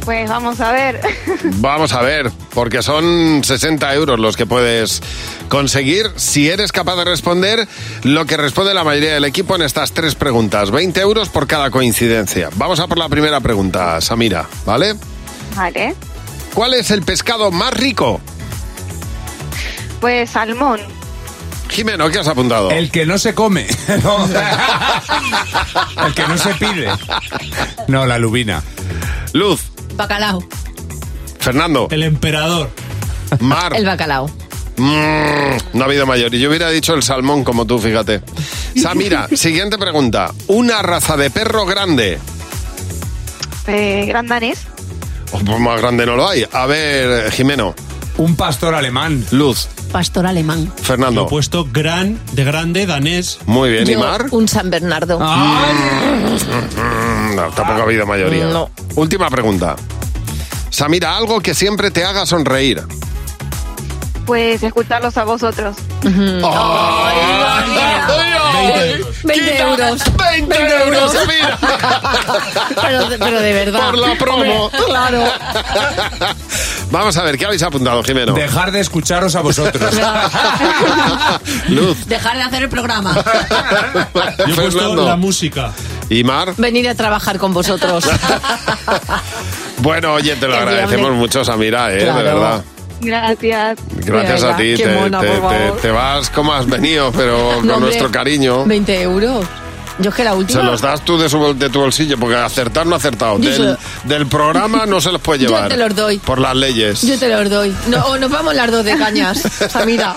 S8: Pues vamos a ver.
S2: Vamos a ver, porque son 60 euros los que puedes conseguir si eres capaz de responder lo que responde la mayoría del equipo en estas tres preguntas. 20 euros por cada coincidencia. Vamos a por la primera pregunta, Samira, ¿vale?
S8: Vale.
S2: ¿Cuál es el pescado más rico?
S8: Pues salmón.
S2: Jimeno, ¿qué has apuntado?
S9: El que no se come. No. El que no se pide. No, la lubina.
S2: Luz.
S3: Bacalao.
S2: Fernando.
S4: El emperador.
S2: Mar.
S3: El bacalao.
S2: Mm, no ha habido mayor. Y yo hubiera dicho el salmón como tú, fíjate. Samira, siguiente pregunta. Una raza de perro grande.
S8: Eh, gran danés.
S2: Oh, pues más grande no lo hay. A ver, Jimeno.
S9: Un pastor alemán.
S2: Luz.
S3: Pastor alemán.
S2: Fernando.
S4: Lo he puesto gran, de grande, danés.
S2: Muy bien, ¿y
S3: Yo,
S2: Mar?
S3: Un San Bernardo.
S2: Mm, no, tampoco ha habido mayoría.
S3: No.
S2: Última pregunta. Samira, algo que siempre te haga sonreír.
S8: Pues escucharlos a vosotros.
S2: ¡Ay,
S3: 20 euros.
S2: 20 euros, mira.
S3: pero, pero de verdad.
S2: Por la promo.
S3: Hombre, Claro.
S2: Vamos a ver, ¿qué habéis apuntado, Jimeno?
S9: Dejar de escucharos a vosotros.
S2: Luz.
S3: Dejar de hacer el programa.
S4: Yo he puesto
S2: Fernando.
S4: la música.
S2: ¿Y Mar?
S3: Venir a trabajar con vosotros.
S2: Bueno, oye, te lo
S3: Que sí,
S2: agradecemos
S3: hombre.
S2: mucho, Samira, ¿eh? de
S3: Claro.
S2: verdad.
S8: Gracias.
S2: Gracias a ti.
S3: qué
S2: Te,
S3: mona,
S2: te-
S3: por
S2: te-
S3: favor.
S2: te vas como has venido, pero con
S3: No, hombre,
S2: nuestro cariño.
S3: 20 euros. Yo es que la última.
S2: Se los das tú de, su bol- de tu bolsillo, porque acertar no ha acertado.
S3: Yo
S2: Del, del programa no se los puede
S3: Yo
S2: llevar.
S3: te los doy.
S2: Por las leyes.
S3: Yo te los doy. No, o nos vamos las dos de cañas, Samira.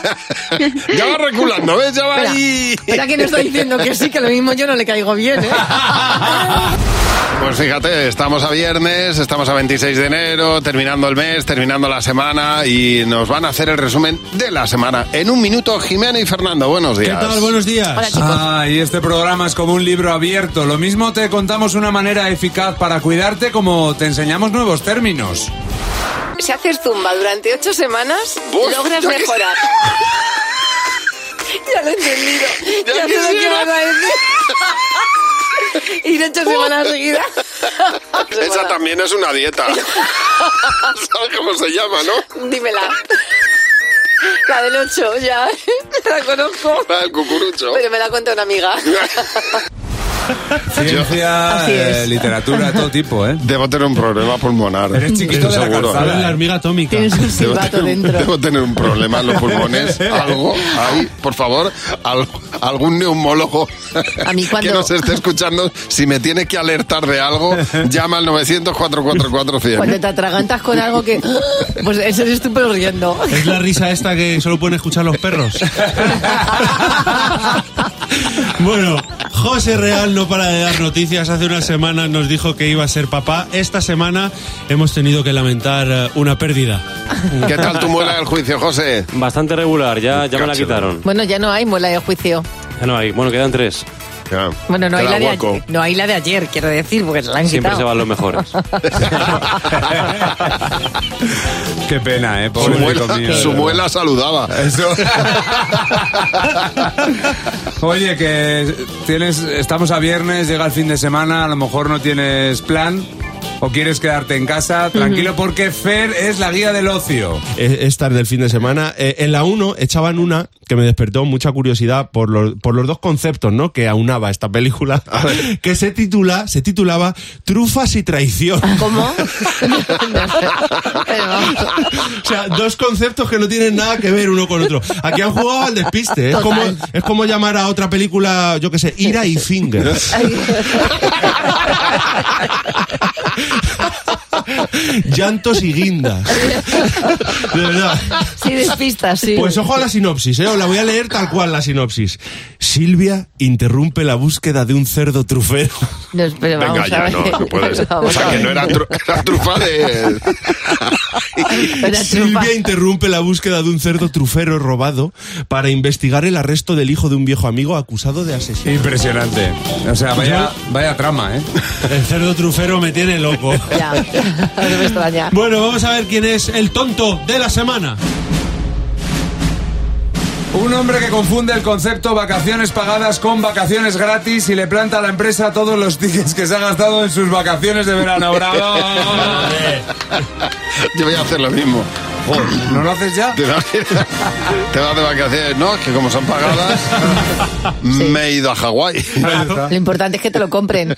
S2: ya va reculando, ¿ves? Ya va
S3: Espera,
S2: ahí.
S3: espera que no estoy diciendo que sí, que lo mismo yo no le caigo bien, ¿eh?
S2: Pues fíjate, estamos a viernes, estamos a 26 de enero, terminando el mes, terminando la semana y nos van a hacer el resumen de la semana. En un minuto, Jimena y Fernando, buenos días.
S9: ¿Qué tal? Buenos días. Ah, y este programa es como un libro abierto. Lo mismo te contamos una manera eficaz para cuidarte como te enseñamos nuevos términos.
S3: Si haces zumba durante ocho semanas,
S9: Uf,
S3: logras
S9: yo qué-
S3: mejorar. ya lo he entendido.
S11: Ya
S3: Ya sé lo que
S11: quisiera.
S3: vas a decir. Ir ocho semanas seguidas.
S2: Esa también es una dieta. ¿Sabes cómo se llama, no?
S3: Dímela. La del ocho, ya. La conozco.
S2: La del cucurucho.
S3: Pero me la cuenta una amiga.
S9: Ciencia,
S3: Así es.
S9: eh, literatura, todo tipo, ¿eh?
S2: Debo tener un problema pulmonar.
S9: Eres chiquito de la
S2: Seguro. ¿eh?
S9: calzada.
S4: La hormiga atómica.
S3: Tienes un
S2: Debo
S3: silbato
S2: tener, un-
S3: dentro.
S2: debo tener un problema en los pulmones. Algo, ahí, por favor, al- algún neumólogo
S3: A mí cuando-
S2: que nos esté escuchando, si me tiene que alertar de algo, llama al 900 444
S3: Cuando te atragantas con algo que. Pues eso eres tú, pero riendo.
S4: Es la risa esta que solo pueden escuchar los perros. bueno, José Real no para de dar noticias. Hace unas semanas nos dijo que iba a ser papá. Esta semana hemos tenido que lamentar eh, una pérdida.
S2: ¿Qué tal tu muela del juicio, José?
S16: Bastante regular, ya, ya me la
S2: Cáchalo.
S16: quitaron.
S3: Bueno, ya no hay muela de juicio.
S16: Ya no hay. Bueno, quedan tres.
S3: Bueno, no hay, la de ayer, no hay la de ayer, quiero decir, porque se la han
S16: Siempre se
S3: quitado.
S16: van los mejores.
S9: Qué pena, ¿eh?
S2: Su
S9: Pobre chico mío,
S2: muela,
S9: de
S2: su
S9: verdad.
S2: muela saludaba.
S9: Oye, que tienes, estamos a viernes, llega el fin de semana, a lo mejor no tienes plan o quieres quedarte en casa, tranquilo porque Fer es la guía del ocio.
S4: Eh, Es tarde el fin de semana. Eh, en la 1 echaban una que me despertó mucha curiosidad por los, por los dos conceptos ¿no? que aunaba esta película, que se, titula, se titulaba Trufas y Traición.
S3: ¿Cómo?
S4: O sea, dos conceptos que no tienen nada que ver uno con otro. Aquí han jugado al despiste. Es como,
S3: Total.
S4: es como llamar a otra película, yo qué sé, Ira y Finger. Llantos y guindas. De verdad.
S3: Sí, despistas, sí.
S4: Pues ojo a la sinopsis, ¿eh? Os la voy a leer tal cual la sinopsis. Silvia interrumpe la búsqueda de un cerdo trufero.
S3: No, pero vamos
S2: Venga,
S3: a
S2: ya,
S3: ver.
S2: no, no puede ser. O
S3: Vamos
S2: sea,
S3: a
S2: que
S3: ver.
S2: no era, tru- era trufa de...
S3: Era trufa.
S4: Silvia interrumpe la búsqueda de un cerdo trufero robado para investigar el arresto del hijo de un viejo amigo acusado de asesinato.
S9: Impresionante. O sea, vaya, vaya trama, ¿eh?
S4: El cerdo trufero me tiene loco.
S3: Ya. no me extraña.
S4: Bueno, vamos a ver quién es el tonto de la semana.
S9: Un hombre que confunde el concepto vacaciones pagadas con vacaciones gratis y le planta a la empresa todos los tickets que se ha gastado en sus vacaciones de verano. ¡Bravo!
S2: Yo voy a hacer lo mismo.
S9: ¿No lo haces ya?
S2: Te vas, te vas de vacaciones, ¿no? Es que como son pagadas, me he ido a Hawái.
S3: Lo importante es que te lo compren.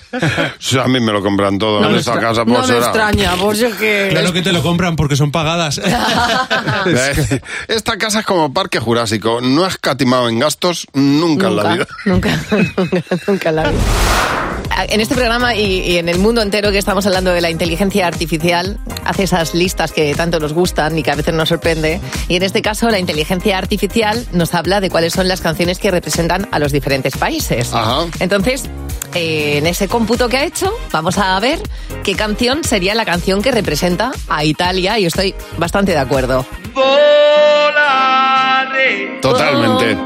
S2: Sí, a mí me lo compran todo en esta casa, pues por
S3: no me
S2: será.
S3: extraña, por si es que...
S4: Claro que te lo compran porque son pagadas.
S2: Eh, Esta casa es como Parque Jurásico. No has catimado en gastos nunca, en la vida.
S3: Nunca, nunca, nunca la vi. En este programa y, y en el mundo entero que estamos hablando de la inteligencia artificial, hace esas listas que tanto nos gustan y que a veces nos sorprende. Y en este caso, la inteligencia artificial nos habla de cuáles son las canciones que representan a los diferentes países.
S2: Ah.
S3: Entonces, eh, en ese cómputo que ha hecho, vamos a ver qué canción sería la canción que representa a Italia. Y estoy bastante de acuerdo.
S2: Totalmente.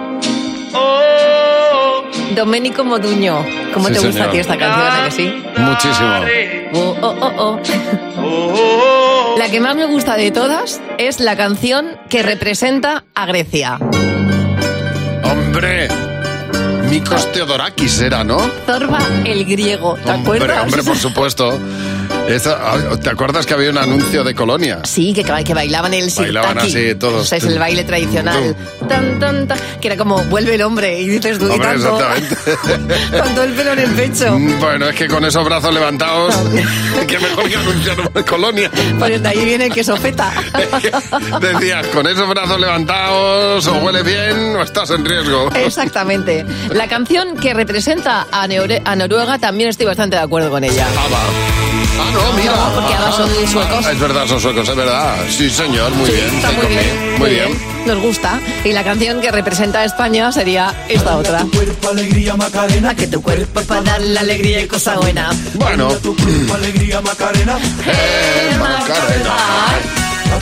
S3: Domenico Moduño, ¿cómo
S2: Sí,
S3: te gusta
S2: señor.
S3: a ti esta canción? ¿A que sí?
S2: Muchísimo.
S3: Oh, oh, oh, oh. La que más me gusta de todas es la canción que representa a Grecia.
S2: ¡Hombre! Mikos Teodorakis era, ¿no?
S3: Zorba el griego, ¿te
S2: Hombre,
S3: acuerdas?
S2: hombre, por supuesto. Esta- ¿Te acuerdas que había un anuncio de Colonia?
S3: Sí, que, que bailaban el sirtaki.
S2: Bailaban así todos.
S3: Ese es el baile tradicional. Tan, tan, tan, que era como, vuelve el hombre y dices tú y
S2: Hombre,
S3: tanto,
S2: exactamente.
S3: con todo el pelo en el pecho.
S2: Mm, Bueno, es que con esos brazos levantados, que mejor que anunciar una colonia.
S3: Pues de ahí viene el que sofeta.
S2: Decías, con esos brazos levantados, o huele bien, o estás en riesgo.
S3: Exactamente. La canción que representa a, Neore- a Noruega también estoy bastante de acuerdo con ella.
S2: ABBA. Ah, no, mira.
S3: No, porque ABBA son suecos.
S2: Ah, es verdad, son suecos, es verdad. Sí, señor, muy bien.
S3: Está
S2: sí,
S3: muy
S2: con-
S3: bien.
S2: muy bien.
S3: Nos gusta. Y la canción que representa a España sería esta otra.
S11: alegría Macarena,
S3: que tu cuerpo para dar la alegría y cosa buena.
S2: Bueno.
S11: alegría Macarena.
S2: Eh,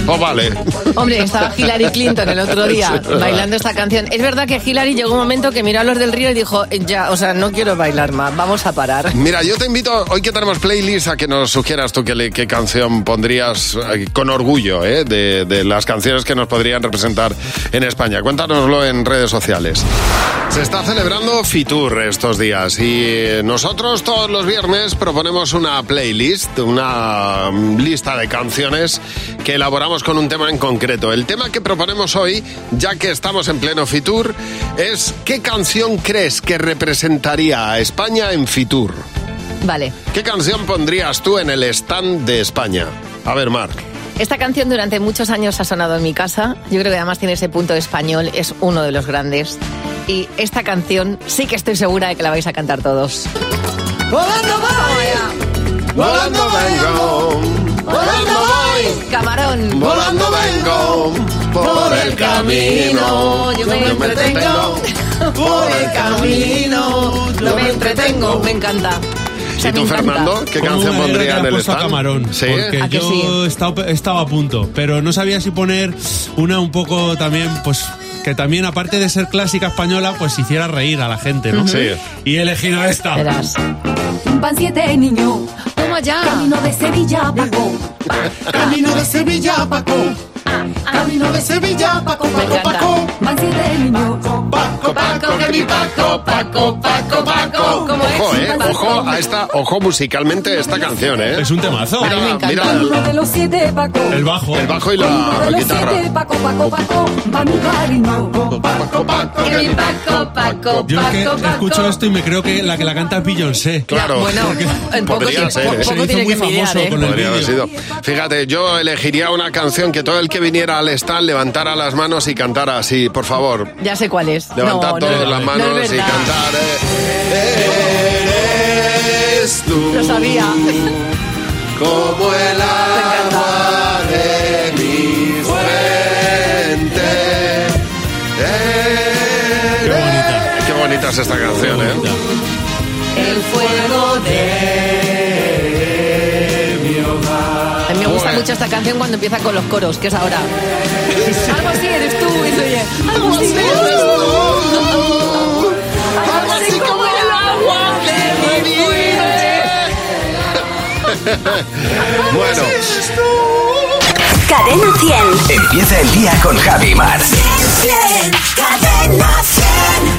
S2: Pues vale.
S3: Hombre, estaba Hillary Clinton el otro
S2: Sí,
S3: día
S2: es verdad.
S3: bailando esta canción. Es verdad que Hillary llegó un momento que miró a los del río y dijo, ya, o sea, no quiero bailar más, vamos a parar.
S2: Mira, yo te invito, hoy que tenemos playlist, a que nos sugieras tú qué, le- qué canción pondrías eh, con orgullo ¿eh? de, de las canciones que nos podrían representar en España. Cuéntanoslo en redes sociales. Se está celebrando Fitur estos días y eh, nosotros todos los viernes proponemos una playlist, una mm, lista de canciones que elaboramos con un tema en concreto. El tema que proponemos hoy, ya que estamos en pleno Fitur, es ¿qué canción crees que representaría a España en Fitur?
S3: Vale.
S2: ¿Qué canción pondrías tú en el stand de España? A ver, Mar.
S3: Esta canción durante muchos años ha sonado en mi casa. Yo creo que además tiene ese punto español, es uno de los grandes. Y esta canción sí que estoy segura de que la vais a cantar todos.
S11: Volando voy, volando vengo, volando voy,
S3: camarón,
S11: volando vengo, por el camino yo me entretengo, por el camino
S3: No me entretengo, me encanta. O sea,
S2: ¿Y tú,
S3: me encanta.
S2: Fernando? ¿Qué canción
S4: Una
S2: pondría
S4: guerra
S2: en el
S4: que ha puesto a
S2: stand?
S4: Camarón,
S2: ¿Sí?
S4: Porque
S2: ¿A que
S4: yo
S2: sí?
S4: estaba, estaba a punto, pero no sabía si poner una un poco también, pues que también aparte de ser clásica española, pues hiciera reír a la gente, ¿no?
S2: Ujú. Sí.
S4: Y he elegido esta.
S12: Van siete niño.
S3: Toma ya.
S12: Camino de Sevilla a Paco. Camino de Sevilla a Paco. Camino de Sevilla a Paco, Paco, Paco. Van siete niño. Paco, Paco, que mi Paco, Paco, Paco, Paco.
S2: Ojo, eh, ojo a esta, ojo musicalmente esta canción, eh. Es
S4: un temazo.
S2: Mira,
S12: Camino
S2: mira
S12: de los siete Paco.
S4: el bajo,
S2: el bajo y
S12: Camino de
S2: la
S12: los
S2: guitarra.
S12: siete Paco, Paco, Paco. Va mi cariño. Paco, Paco, que mi Paco, Paco,
S4: Yo es que escucho esto y me creo que la que la canta es Beyoncé.
S2: Claro.
S12: bueno,
S3: en poco
S2: Podría
S3: tiene-
S2: ser,
S3: po-
S2: ¿eh?
S3: poco Se hizo tiene muy que famoso envidiar, ¿eh? con el
S2: Podría haber
S3: vídeo.
S2: sido. Fíjate, yo elegiría una canción que todo el que viniera al stand levantara las manos y cantara así, por favor.
S3: Ya sé cuál es.
S2: Levantar
S3: No, no,
S2: todas
S3: no,
S2: las
S3: no es
S2: manos y
S3: verdad.
S2: cantar. eh. Eres tú.
S3: Lo sabía.
S2: Como el agua de mi fuente. Qué bonita. Qué bonita es esta canción, ¿eh?
S3: El fuego de mi hogar. A mí me gusta
S2: Joder.
S3: mucho esta canción cuando empieza con los coros, que es ahora. Algo así eres tú, y se oye, Algo así eres tú. Algo así como el agua de mi fuente.
S2: bueno.
S12: Cadena 100.
S26: Empieza el día con Javi Mar.
S12: Cadena 100.